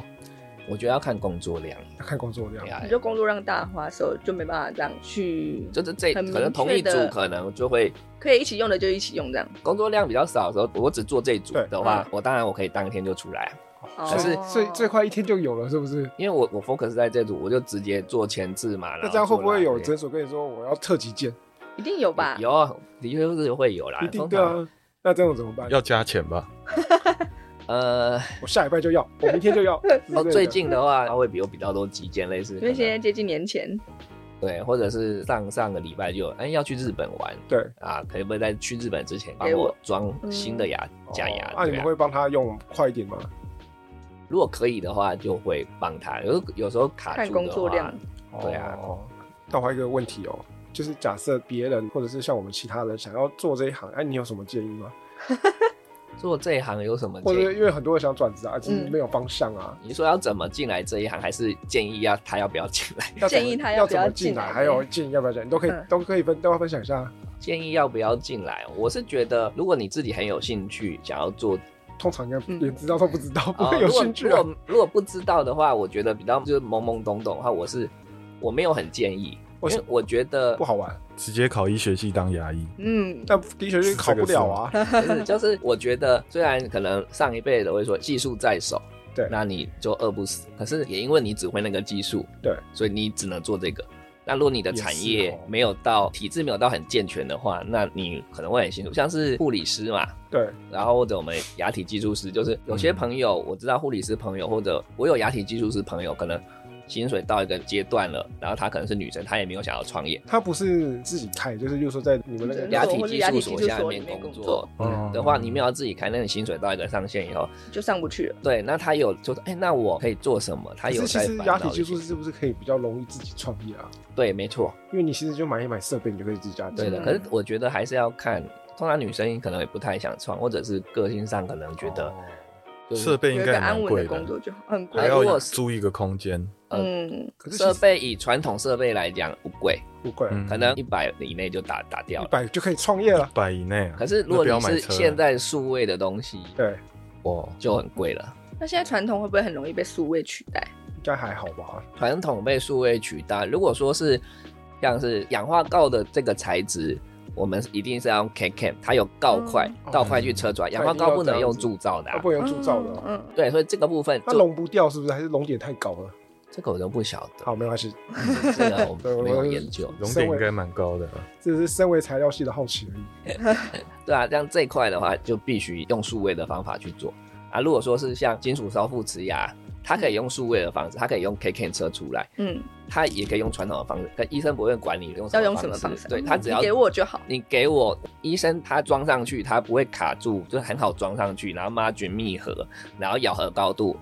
B: 我觉得要看工作量，
A: 要看工作量
B: 对。啊
D: 你，就工作量大化的时候就没办法这样去，
B: 就是这
D: 很明
B: 可能同一
D: 确
B: 组
D: 的
B: 可能就会
D: 可以一起用的就一起用这样。
B: 工作量比较少的时候，我只做这一组
A: 对
B: 的话
D: 嗯，
B: 我当然我可以当天就出来啊。啊
D: 哦
B: 可是
A: 所以最快一天就有了，是不是？
B: 因为我我 focus 在这组，我就直接做前置嘛。
A: 那
B: 然后
A: 这样会不会
B: 做
A: 有
B: 拉
A: 诊所跟你说我要特级件？
D: 一定有吧？
B: 有啊，的确是会有啦。
A: 一定
B: 哎通
A: 对
B: 常
A: 啊。那这种怎么办？
C: 要加钱吧？
B: 呃，
A: 我下礼拜就要，我明天就
B: *laughs*
A: 要。之类
B: 哦，
A: 的
B: 最近的话，它会比有比较多极简类似可
D: 因为
B: 能，
D: 现在接近年前，
B: 对，或者是上上个礼拜就有哎要去日本玩
A: 对
B: 啊，可不可以在去日本之前帮
D: 给
B: 我
D: 我嗯
B: 装新的牙假牙？
A: 哦那你
B: 对
A: 们
B: 啊
A: 会帮他用快一点吗？
B: 如果可以的话，就会帮他。有有时候卡
D: 看
B: 住
D: 工
B: 的
D: 作
B: 话
D: 量
B: 对啊
A: 哦。那我还有一个问题哦，就是假设别人或者是像我们其他人想要做这一行，哎，你有什么建议吗？
B: 做这一行有什么
A: 或
B: 建
A: 者
B: 议？嗯
A: 因为很多人想转职啊，其实没有方向啊，
B: 你说要怎么进来这一行，还是建议要他要不要进来？
A: 要怎么
D: 建议他
A: 要
D: 要不
A: 怎
D: 要
A: 么进来，
D: 进来
A: 还有建议要不要进来，你都可以
D: 嗯
A: 都可以分都要分享一下啊。
B: 建议要不要进来？我是觉得，如果你自己很有兴趣，想要
A: *laughs*
B: 做
A: 通常应该
D: 嗯
A: 连知道都不知道，不
B: 哦，
A: 会有兴趣
B: 如
A: 啊
B: 果。如果如果不知道的话，我觉得比较就是懵懵懂懂的话，我是我没有很建议，因
A: 为什
B: 为
A: 么
B: 我觉得
A: 不好玩，
C: 直接考医学系当牙医，
D: 嗯，
A: 但的确是考不了啊。
B: 就是就是我觉得虽然可能上一辈的会说技术在手，
A: 对
B: 那你就饿不死，可是也因为你只会那个技术，
A: 对，
B: 所以你只能做这个。那如果你的产
A: 也是
B: 业
A: 哦
B: 没有到体制没有到很健全的话，那你可能会很辛苦。像是护理师嘛，
A: 对，
B: 然后或者我们牙体技术师，就是有些朋友我知道护理师朋友，或者我有牙体技术师朋友，可能薪水到一个阶段了，然后她可能是女生，她也没有想要创业，
A: 他不是自己开，就是又说在你们那个
D: 嗯
B: 牙
D: 牙
B: 体
D: 体
B: 技
D: 技术
B: 术所
D: 所
B: 下
D: 下
B: 面
D: 面
B: 工
D: 工
B: 作
D: 作。
A: 哦
C: 嗯
B: 的话，你们要自己开，那你薪水到一个上限以后，
D: *laughs* 就上不去了。
B: 对，那他有就说，哎，那我可以做什么？他
A: 可
B: 有
A: 是其
B: 在
A: 实
B: 烦
A: 牙
B: 恼
A: 体
B: 这
A: 技术
B: 些，
A: 是不是可以比较容易自己创业啊？
B: 对，没错，
A: 因为你其实就买一买设备，你就可以自己家
B: 对的。
D: 嗯
B: 可是我觉得还是要看，通常女生可能也不太想创，或者是个性上可能觉得就是
C: 设备
D: 有
C: 应
D: 一
C: 该
D: 个
C: 也蛮
D: 安稳
C: 贵
D: 的工作就好很贵
C: 还。要
B: 如果是
C: 租一个空间，
D: 嗯，
A: 可是其
B: 设
A: 实
B: 备以传统设备来讲不贵，
A: 不贵啊，
C: 嗯
B: 可能一百以内就打打掉
A: 一
B: 了。
A: 百就可以创业了。
C: 百以内啊。
B: 可是如
C: 那
B: 果
C: 不要
B: 你
C: 买
B: 是
C: 车
B: 现在数位的东西，
A: 对，
C: 哦，
B: 就很贵了。
D: 那现在传统会不会很容易被数位取代？
A: 应该还好吧？
B: 传统被数位取代，如果说是像是氧化锆的这个材质，我们一定是要用 KCAM，它有锆块，
A: 嗯
B: 锆块去车
C: 哦
B: 出来。氧化锆不能用铸造的啊、
A: 它不能用铸造的啊，
D: 嗯，嗯
B: 对，所以这个部分
A: 它
B: 就
A: 融不掉，是不是？还是熔点太高了？
B: 这个我就不晓
C: *laughs*
B: 得，
A: 好，没关
B: *laughs*
A: 系，
B: 这个我没有研究。
C: 熔
A: 身
C: 点
A: 为
C: 应该蛮高的啊吧？
A: 这是身为材料系的好奇而已。
B: 对啊，像这一块的话，就必须用数位的方法去做啊。如果说是像金属烧附瓷牙，它可以用数位的方式，它可以用 KCAM 车出来，
D: 嗯，
B: 它也可以用传统的方式。但医生不会管你用什
D: 要
B: 么
D: 用什么方
B: 方
D: 式？嗯
B: 对他只要
D: 你给我就好。
B: 你给我医生，他装上去，他不会卡住，就很好装上去，然后 margin 密合，然后咬合高度，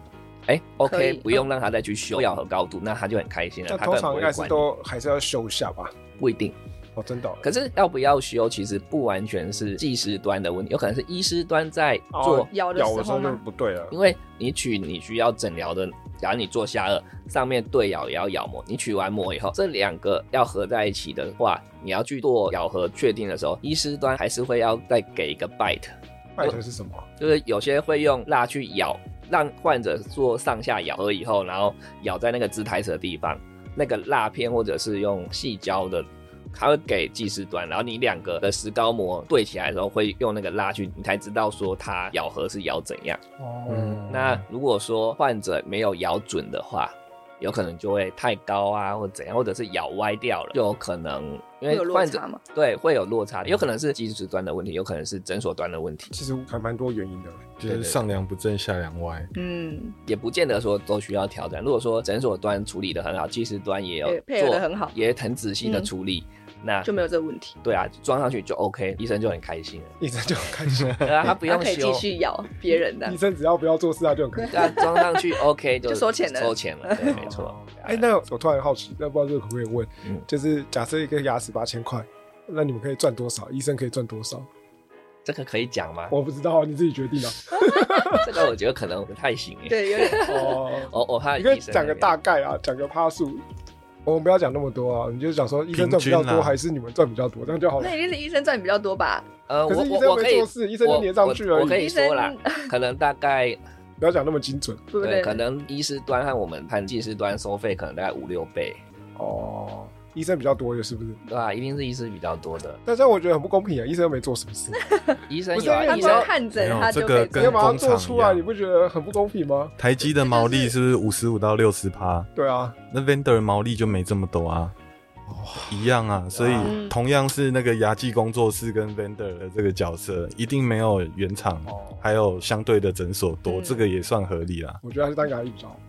B: 哎、o
D: 可
B: k
D: 以
B: 不用让他再去修咬合高度，那他就很开心了，
A: 那
B: 他
A: 通
B: 根本
A: 常
B: 不
A: 应
B: 会
A: 该是
B: 管你。
A: 都还是要修一下吧？
B: 不一定，
A: 哦，真的哦、
B: 可是要不要修，其实不完全是技师端的问题，有可能是医师端在做，
A: 哦
D: 咬的
A: 咬的
D: 时
A: 时
D: 候
A: 候就
D: 吗
A: 不对了
B: 因。为你取你需要诊疗的，假如你做下颚，上面对咬也要咬膜，你取完膜以后，这两个要合在一起的话，你要去做咬合确定的时候，医师端还是会要再给一个 bite，
A: 麦克是什么？啊
B: 就是有些会用蜡去咬，让患者做上下咬合以后，然后咬在那个支台齿的地方，那个蜡片或者是用细胶的，它会给技师端，然后你两个的石膏膜对起来的时候，会用那个蜡去，你才知道说它咬合是咬怎样。
A: 哦，
B: 那如果说患者没有咬准的话，有可能就会太高啊，或怎样，或者是咬歪掉了，就有可能
D: 会
B: 因为
D: 有落
B: 患者
D: 差吗？
B: 对会有落差，有可能是技师端的问题，有可能是诊所端的问题。
A: 其实还蛮多原因的。
C: 就
B: 对对
C: 是
B: 对
C: 上梁不正下梁歪。
D: 嗯，
B: 也不见得说都需要调整。如果说诊所端处理的很好，技师端也有
D: 对
B: 做
D: 配合得很好
B: 也很仔细的
D: 嗯
B: 处理，那
D: 就没有这个问题，
B: 对啊，装上去就 OK，医生就很开心了。
A: 医生就很开心，
B: *laughs*
A: *laughs*
B: 对啊，他不
D: 他
B: 用
D: 可以
B: 修
D: 继，续咬别人的
B: *laughs*
A: 医。生只要不要做事，他就很开心。
B: 对啊，装上去 OK
D: *laughs*
B: 就
D: 就收钱了
B: 收钱了，对，啊没错
A: 哦。哎、那我突然好奇，那不知道这个可不可以问？
B: 嗯
A: 就是假设一个牙齿八千块，那你们可以赚多少？医生可以赚多少？
B: 这个可以讲吗？
A: 我不知道，你自己决
B: *laughs*
A: 定啊。
B: 这个我觉得可能不太行耶。
D: 对，有点
B: *laughs*
A: 哦，
B: 哦，我怕
A: 你可以
B: 医生
A: 讲个
B: 那边
A: 大概啊，讲个趴数。我们不要讲那么多啊，你就讲说医生赚比较
C: 平均
A: 多
C: 啊
A: 还是你们赚比较多，这样就好了
D: 那。一定是医生赚比较多吧？
B: 呃，
A: 可
B: 我
A: 是医
B: 我
A: 生
B: 我可以
A: 没做事医生就
B: 我
A: 粘上去而已
B: 我我可以
D: 医生 *laughs*
B: 说啦，可能大概
A: 不要讲那么精准
D: 对不
B: 对，可能医师端和我们和技师端收费可能大概五六倍，
A: 哦。医生比较多，是不是？
B: 对吧？一定是医师比较多的。
A: 但这样我觉得很不公平啊！医生没做什么事，
B: 医生
A: 不是
B: 有
A: 因
B: 啊，
A: 为
D: 他
B: 医
A: 你
B: 生
D: 光看诊
C: 没有
D: 他就可
C: 这
D: 以
C: 个
A: 因为
C: *laughs* 跟
A: 马上
C: 工厂
A: 做出来，
C: 一样
A: 你不觉得很不公平吗？
C: 台积的毛利是不是五十五到六十趴？
A: 对啊，
C: 那 vendor 的毛利就没这么多啊。一样啊，所以
D: 嗯
C: 同样是那个牙技工作室跟 vendor 的这个角色，一定没有原厂
A: 哦
C: 还有相对的诊所多，
D: 嗯
C: 这个也算合理啦。
A: 我觉得还是当牙医比较好。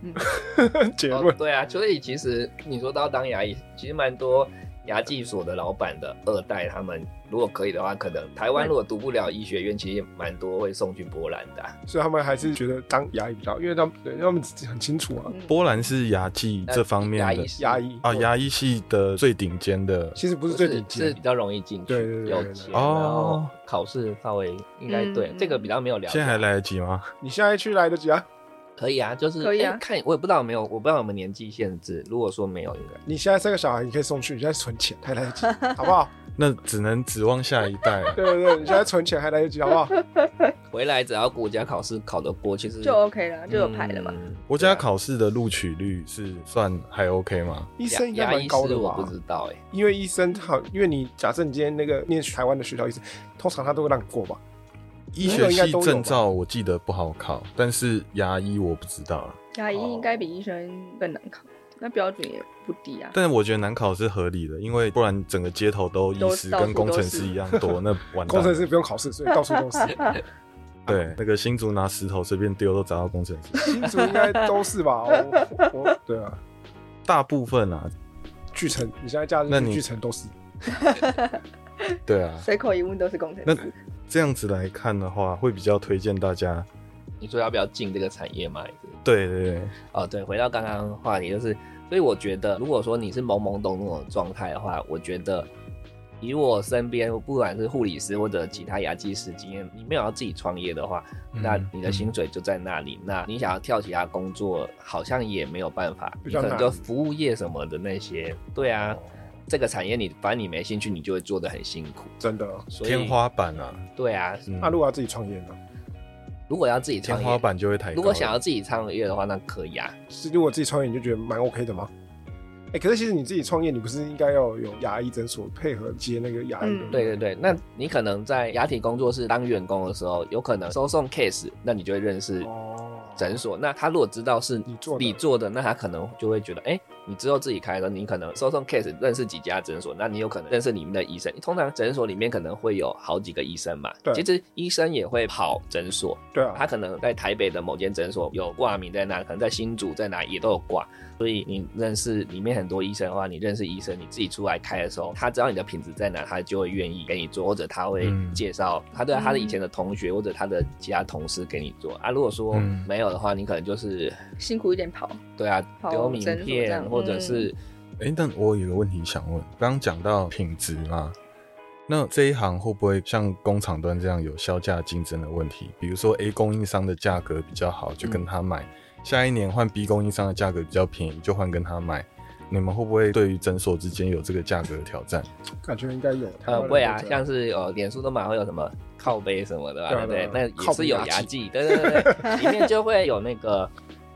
D: 嗯
A: *laughs* 结
B: 哦
A: 论，
B: 对啊，所以其实你说到当牙医，其实蛮多牙技所的老板的二代，他们如果可以的话，可能台湾
C: 嗯
B: 如果读不了医学院，其实也蛮多会送去波兰的啊、
A: 所以他们还是觉得当牙医比较好，因为他们对他们很清楚
D: 嗯
A: 啊。
C: 波兰是牙技这方面
B: 牙
C: 的
B: 医是
A: 牙医
C: 啊，牙医系的最顶尖的，
A: 其实不
B: 不
A: 是最顶
B: 是
A: 尖
B: 比，较容易进去，
A: 对对对对
B: 有
A: 对
B: 钱，然
C: 哦
B: 后考试稍微应该对、
D: 嗯
B: 这个比较没有了解。
C: 现在还来得及吗？
A: 你现在去来得及啊？
B: 可以啊，就是
D: 可以啊
B: 哎看我也不知道有没有，我不知道有没有年纪限制。如果说没有，应该
A: 你现在生个小孩，你可以送去，你现在存钱还来得及，好不好？
C: 那只能指望下一代了。
A: 对啊对对，你现在存钱还来得及，好不好？
B: 回来只要国家考试考得过，其实
D: 就 OK 了，就有牌了嘛。
B: 嗯
C: 国家考试的录取率是算还 OK 吗？
A: 医生应该
B: 牙牙
A: 蛮
B: 医
A: 高
B: 师
A: 的
B: 我
A: 吧
B: 不？知道哎、
A: 因为医生好，因为你假设你今天那个念台湾的学校医生，通常他都会让你过吧？
C: 医学系证照我记得不好考，但是牙医我不知道了。
D: 牙医应该比医生更难考，那标准也不低啊。
C: 但是我觉得难考是合理的，因为不然整个街头都医师
D: 都到处
C: 跟工程师一样多，那完蛋了。
A: 工程师不用考试，所以到处都是。
C: 对那个新竹拿石头随便丢都砸到工程
A: *laughs*
C: 师，
A: 新竹应该都是吧？我我我对啊，
C: 大部分啊，
A: 巨城，你现在假日
C: 那
A: 去
C: 你
A: 巨城都是。
C: 对啊。
D: 随口一问都是工程
C: 那
D: 师，
C: 这样子来看的话，会比较推荐大家，
B: 你说要不要进这个产业嘛？还是
C: 对对对，
B: 哦，对，回到刚刚话题，就是，所以我觉得，如果说你是懵懵懂懂的状态的话，我觉得以我身边不管是护理师或者其他牙技师经验，你没有要自己创业的话，
C: 嗯
B: 那你的薪水就在那里。那你想要跳其他工作，好像也没有办法，
A: 比
B: 你
A: 较
B: 可
A: 难
B: 能就服务业什么的那些，对啊。这个产业你反正你没兴趣，你就会做的很辛苦。
A: 真的，
B: 所以
C: 天花板啊，
B: 对啊，
C: 嗯
A: 那如果要自己创业呢？
B: 如果要自己
C: 天
B: 创
C: 花
B: 业，
C: 板就会抬高了。啊
B: 如果想要自己创业的话，那可以啊。
A: 是如果自己创业，你就觉得蛮 OK 的吗？哎、可是其实你自己创业，你不是应该要有牙医诊所配合接那个牙医的、
D: 嗯
B: 对对对，那你可能在牙体工作室当员工的时候，有可能收送 case，那你就会认识
A: 哦，
B: 诊所。那他如果知道是
A: 你做的
B: 你做的，那他可能就会觉得，哎、你之后自己开的，你可能收送 case 认识几家诊所，那你有可能认识里面的医生。通常诊所里面可能会有好几个医生嘛
A: 对，
B: 其实医生也会跑诊所，
A: 对啊，
B: 他可能在台北的某间诊所有挂名在那，可能在新竹在哪也都有挂，所以你认识里面很多医生的话，你认识医生，你自己出来开的时候，他知道你的品质在哪，他就会愿意给你做，或者他会
C: 嗯
B: 介绍他对啊
D: 嗯
B: 他的以前的同学或者他的其他同事给你做啊。如果说
C: 嗯
B: 没有的话，你可能就是
D: 辛苦一点跑。
B: 对啊，
D: 跑
B: 丢名
D: 诊所这
B: 片
D: 样嗯
B: 或者是
C: 哎，但我有个问题想问，刚刚讲到品质嘛，那这一行会不会像工厂端这样有销价竞争的问题？比如说 A 供应商的价格比较好，就跟他买；下一年换 B 供应商的价格比较便宜，就换跟他买。你们会不会对于诊所之间有这个价格的挑战？
A: 感觉应该有。台湾
B: 呃，
A: 人
B: 会啊，
A: 都这样
B: 像是呃，脸书都蛮会有什么靠背什么的吧，
A: 对
B: 对
A: 啊
B: 不
A: 对
B: 对
A: 啊？
B: 那
A: 靠
B: 也
A: 背
B: 是有
A: 牙
B: 牙
A: 祭
B: 祭，对对对
A: *laughs*
B: 对，里面就会有那个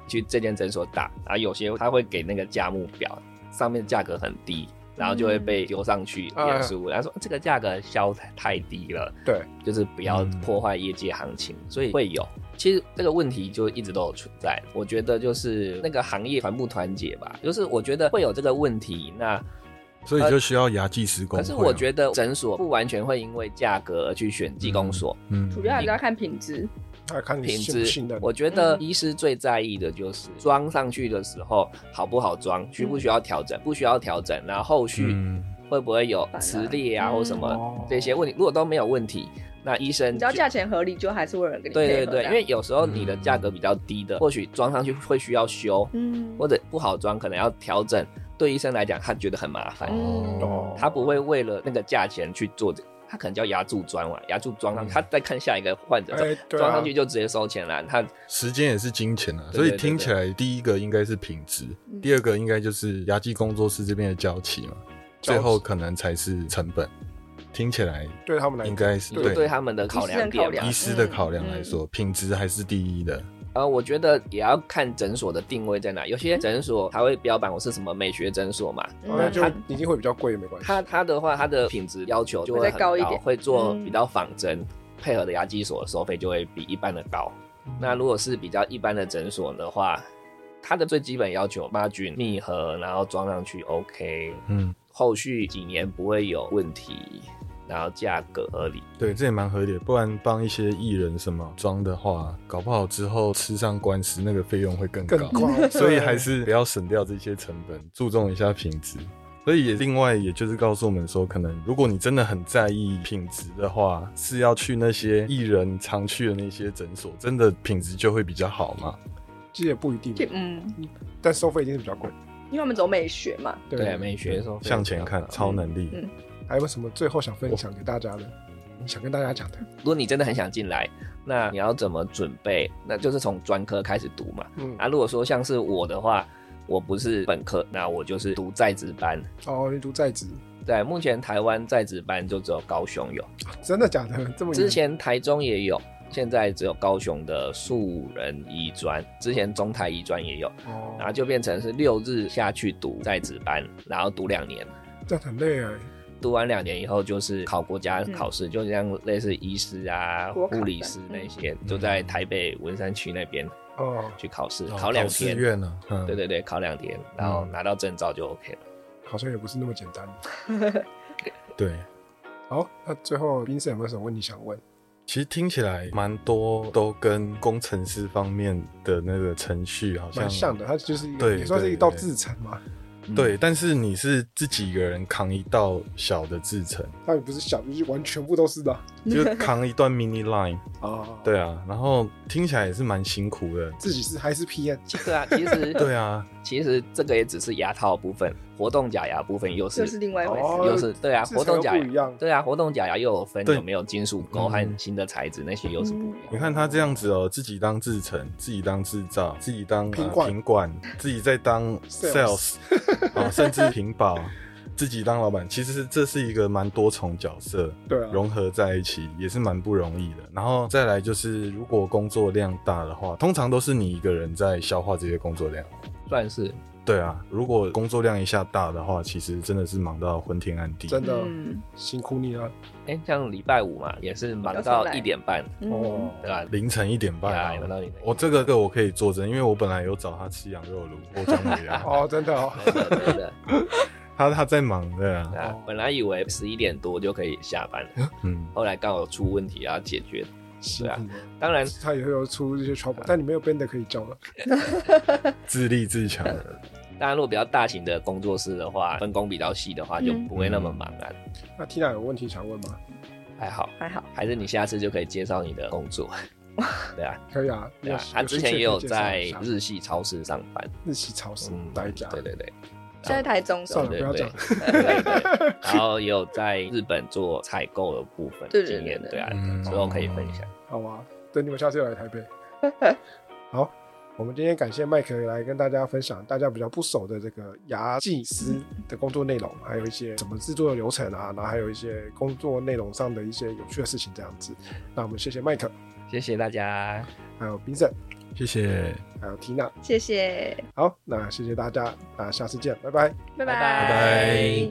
B: 去这间诊所打，然后有些他会给那个价目表，上面价格很低，然后就会被丢上去
A: 嗯
B: 脸书，然后说这个价格销太低了，
A: 对，
B: 就是不要
C: 嗯
B: 破坏业界行情，所以会有。其实这个问题就一直都有存在，我觉得就是那个行业团不团结吧，就是我觉得会有这个问题，那。
C: 所以就需要牙技师工
B: 可
C: 会啊。
B: 是我觉得诊所不完全会因为价格而去选技工所，
C: 嗯，
D: 主要还是要看品质。
A: 那看你
B: 品
A: 信不
B: 质
A: 信任。。
B: 我觉得医师最在意的就是装上去的时候好不好装，需不需要调整，不需要调整，然后后续
C: 嗯
B: 会不会有磁力啊
D: 嗯
B: 或什么
A: 哦
B: 这些问题，如果都没有问题，那医生
D: 你只要
B: 就
D: 价钱合理，就还是会有人给你
B: 对
D: 配
B: 对
D: 合啊
B: 对，
D: 这
B: 因
D: 样
B: 为有时候你的价格比较低的，或许装上去会需要修，
D: 嗯，
B: 或者不好装，可能要调整。对医生来讲，他觉得很麻烦。
C: 哦
B: 他不会为了那个价钱去做这，他可能叫牙柱装嘛，牙柱装上去，他再看下一个患者，
A: 哎，对
B: 装
A: 啊
B: 上，去就直接收钱了。他
C: 时间也是金钱啊，
B: 对
C: 所以
B: 对对嗯
C: 听起来第一个应该是品质，第二个应该就是牙技工作室这边的交期嘛，
A: 交期
C: 最后可能才是成本。听起来
A: 对他们来
C: 应
A: 讲
C: 该是
B: 就是对他嗯们的考量
D: 医生考
B: 点
D: 量
C: 医
B: 嘛。
C: 师的考量来说，品质还是第一的。
B: 呃，我觉得也要看诊所的定位在哪，有些诊所他会标榜我是什么美学诊所嘛，
A: 哦那
D: 嗯
A: 就一定会比较贵，没关系。
B: 他他的话，他的品质要求就会
D: 会再
B: 很
D: 高一点
B: 会做
D: 嗯
B: 比较仿真，配合的牙技所的收费就会比一般的高。那如果是比较一般的诊所的话，它的最基本要求八菌密合，然后装上去 OK，
C: 嗯，
B: 后续几年不会有问题，然后价格合理。
C: 对，这也蛮合理的。不然帮一些艺人什么装的话，搞不好之后吃上官司，那个费用会更高。
A: 更 *laughs*
B: *laughs*
A: 高，
C: 所以还是不要省掉这些成本，注重一下品质。所以也另外也就是告诉我们说，可能如果你真的很在意品质的话，是要去那些艺人常去的那些诊所，真的品质就会比较好嘛。
A: 其实也不一定，
D: 这嗯，
A: 但收费一定是比较贵。
D: 因为我们走美学嘛，
B: 对，美学收费
C: 向前看，超能力。
D: 嗯
A: 还有什么最后想分享给大家的？想跟大家讲的，
B: 如果你真的很想进来，那你要怎么准备？那就是从专科开始读嘛。
A: 嗯，
B: 啊，如果说像是我的话，我不是本科，那我就是读在职班。
A: 哦，你读在职，
B: 对，目前台湾在职班就只有高雄有，
A: 真的假的？这么
B: 之前台中也有，现在只有高雄的树人医专，之前中台医专也有，
A: 严哦
B: 然后就变成是六日下去读在职班，然后读两年，
A: 这样很累哎，
B: 读完两年以后就是考国家考试，就像类似医师啊、
D: 国考
B: 护理师那些，就在台北文山区那边
A: 哦，
B: 去考试，
C: 哦
B: 嗯考两
C: 志
B: 天，
C: 愿呢？嗯，
B: 对对对，考两天，然后拿到证照就 OK 了。
A: 好像也不是那么简单。
C: 对。
A: 好，那最后冰森有没有什么问题想问？
C: 其实听起来蛮多都跟工程师方面的那个程序好像
A: 蛮像的，它就是一个
C: 对
A: 也算是一道制程嘛，
C: 对，但是你是自己一个人扛一道小的制程，
A: 它也不是小，就是完全部都是的
C: 就扛一段 mini line。
A: 哦，，
C: 对啊，然后听起来也是蛮辛苦的。
A: 自己是还是 PM，
B: 对啊，其
C: *laughs*
B: 实
C: 对啊，
B: 其实这个也只是牙套部分，活动假牙部分又是
D: 又是另外一回事。
A: 哦
B: 又是对啊，
A: 制
B: 活
A: 程
B: 动
A: 又
B: 假
A: 不一
B: 牙
A: 样，
B: 对啊，活动假牙又有分
C: 对
B: 有没有金属钩
C: 嗯
B: 和新的材质，那些又是不一样。
C: 你看他这样子哦，自己当制程，自己当制造，自己当
A: 品管
C: 呃、品管，自己在当
A: Sales
C: sales，啊、甚至屏保， *laughs* 自己当老板，其实是这是一个蛮多重角色
A: 对啊，
C: 融合在一起，也是蛮不容易的。然后再来就是，如果工作量大的话，通常都是你一个人在消化这些工作量。
B: 算是
C: 对啊，如果工作量一下大的话，其实真的是忙到昏天暗地。
A: 真的
D: 嗯
A: 辛苦你了
B: 哎，像礼拜五嘛，也是忙
D: 要上
B: 到
D: 来
B: 一点半，
D: 嗯，
A: 哦。
B: 对吧？
C: 凌晨一点半、
B: 呀
C: 啊
B: 有道理的，
C: 我这个个我可以作证，因为我本来有找他吃羊肉炉，我讲你啊，
A: *laughs* 哦，真的哦，
B: 真的真的，
C: 他他在忙的、啊
B: 对，啊，本来以为十一点多就可以下班了，
C: 嗯，
B: 后来刚好出问题要解决。
A: 辛
B: 啊
A: 苦了。
B: 当然，
A: 他也会有出这些
B: 啊
A: trouble，但你没有 band 可以教了。
C: 自立自强，
B: 当然如果比较大型的工作室的话，分工比较细的话，就
D: 嗯
B: 不会那么忙啊。
A: 那 Tina 有问题想问吗？
B: 还好，
D: 还好，
B: 还是你下次就可以介绍你的工
D: *laughs*
B: 作。 *laughs* 对啊，
A: 可以啊，
B: 对
A: 有
B: 啊，他之前也有在
A: 有兴趣可以介绍一下
B: 日系超市上班。
A: 日系超市
B: 嗯，
A: 待一家，
B: 对对对，
D: 现在台中
A: 算了
B: 对
A: 不要
B: 对
A: 讲
B: 对对对然后也有在日本做采购的部分
D: 对对对
B: 经验，
D: 对
B: 对啊
C: 嗯，
B: 之后可以分享。
A: 好吧，等你们下次又来台
B: *laughs*
A: 北。好，我们今天感谢麦克来跟大家分享大家比较不熟的这个牙技师的工作内容，还有一些怎么制作的流程啊，然后还有一些工作内容上的一些有趣的事情这样子。那我们谢谢麦克，
B: 谢谢大家，
A: 还有 Vincent，
C: 谢谢，
A: 还有 Tina。
D: 谢谢，
A: 好，那谢谢大家，那下次见，拜拜。
D: 拜
B: 拜
C: 拜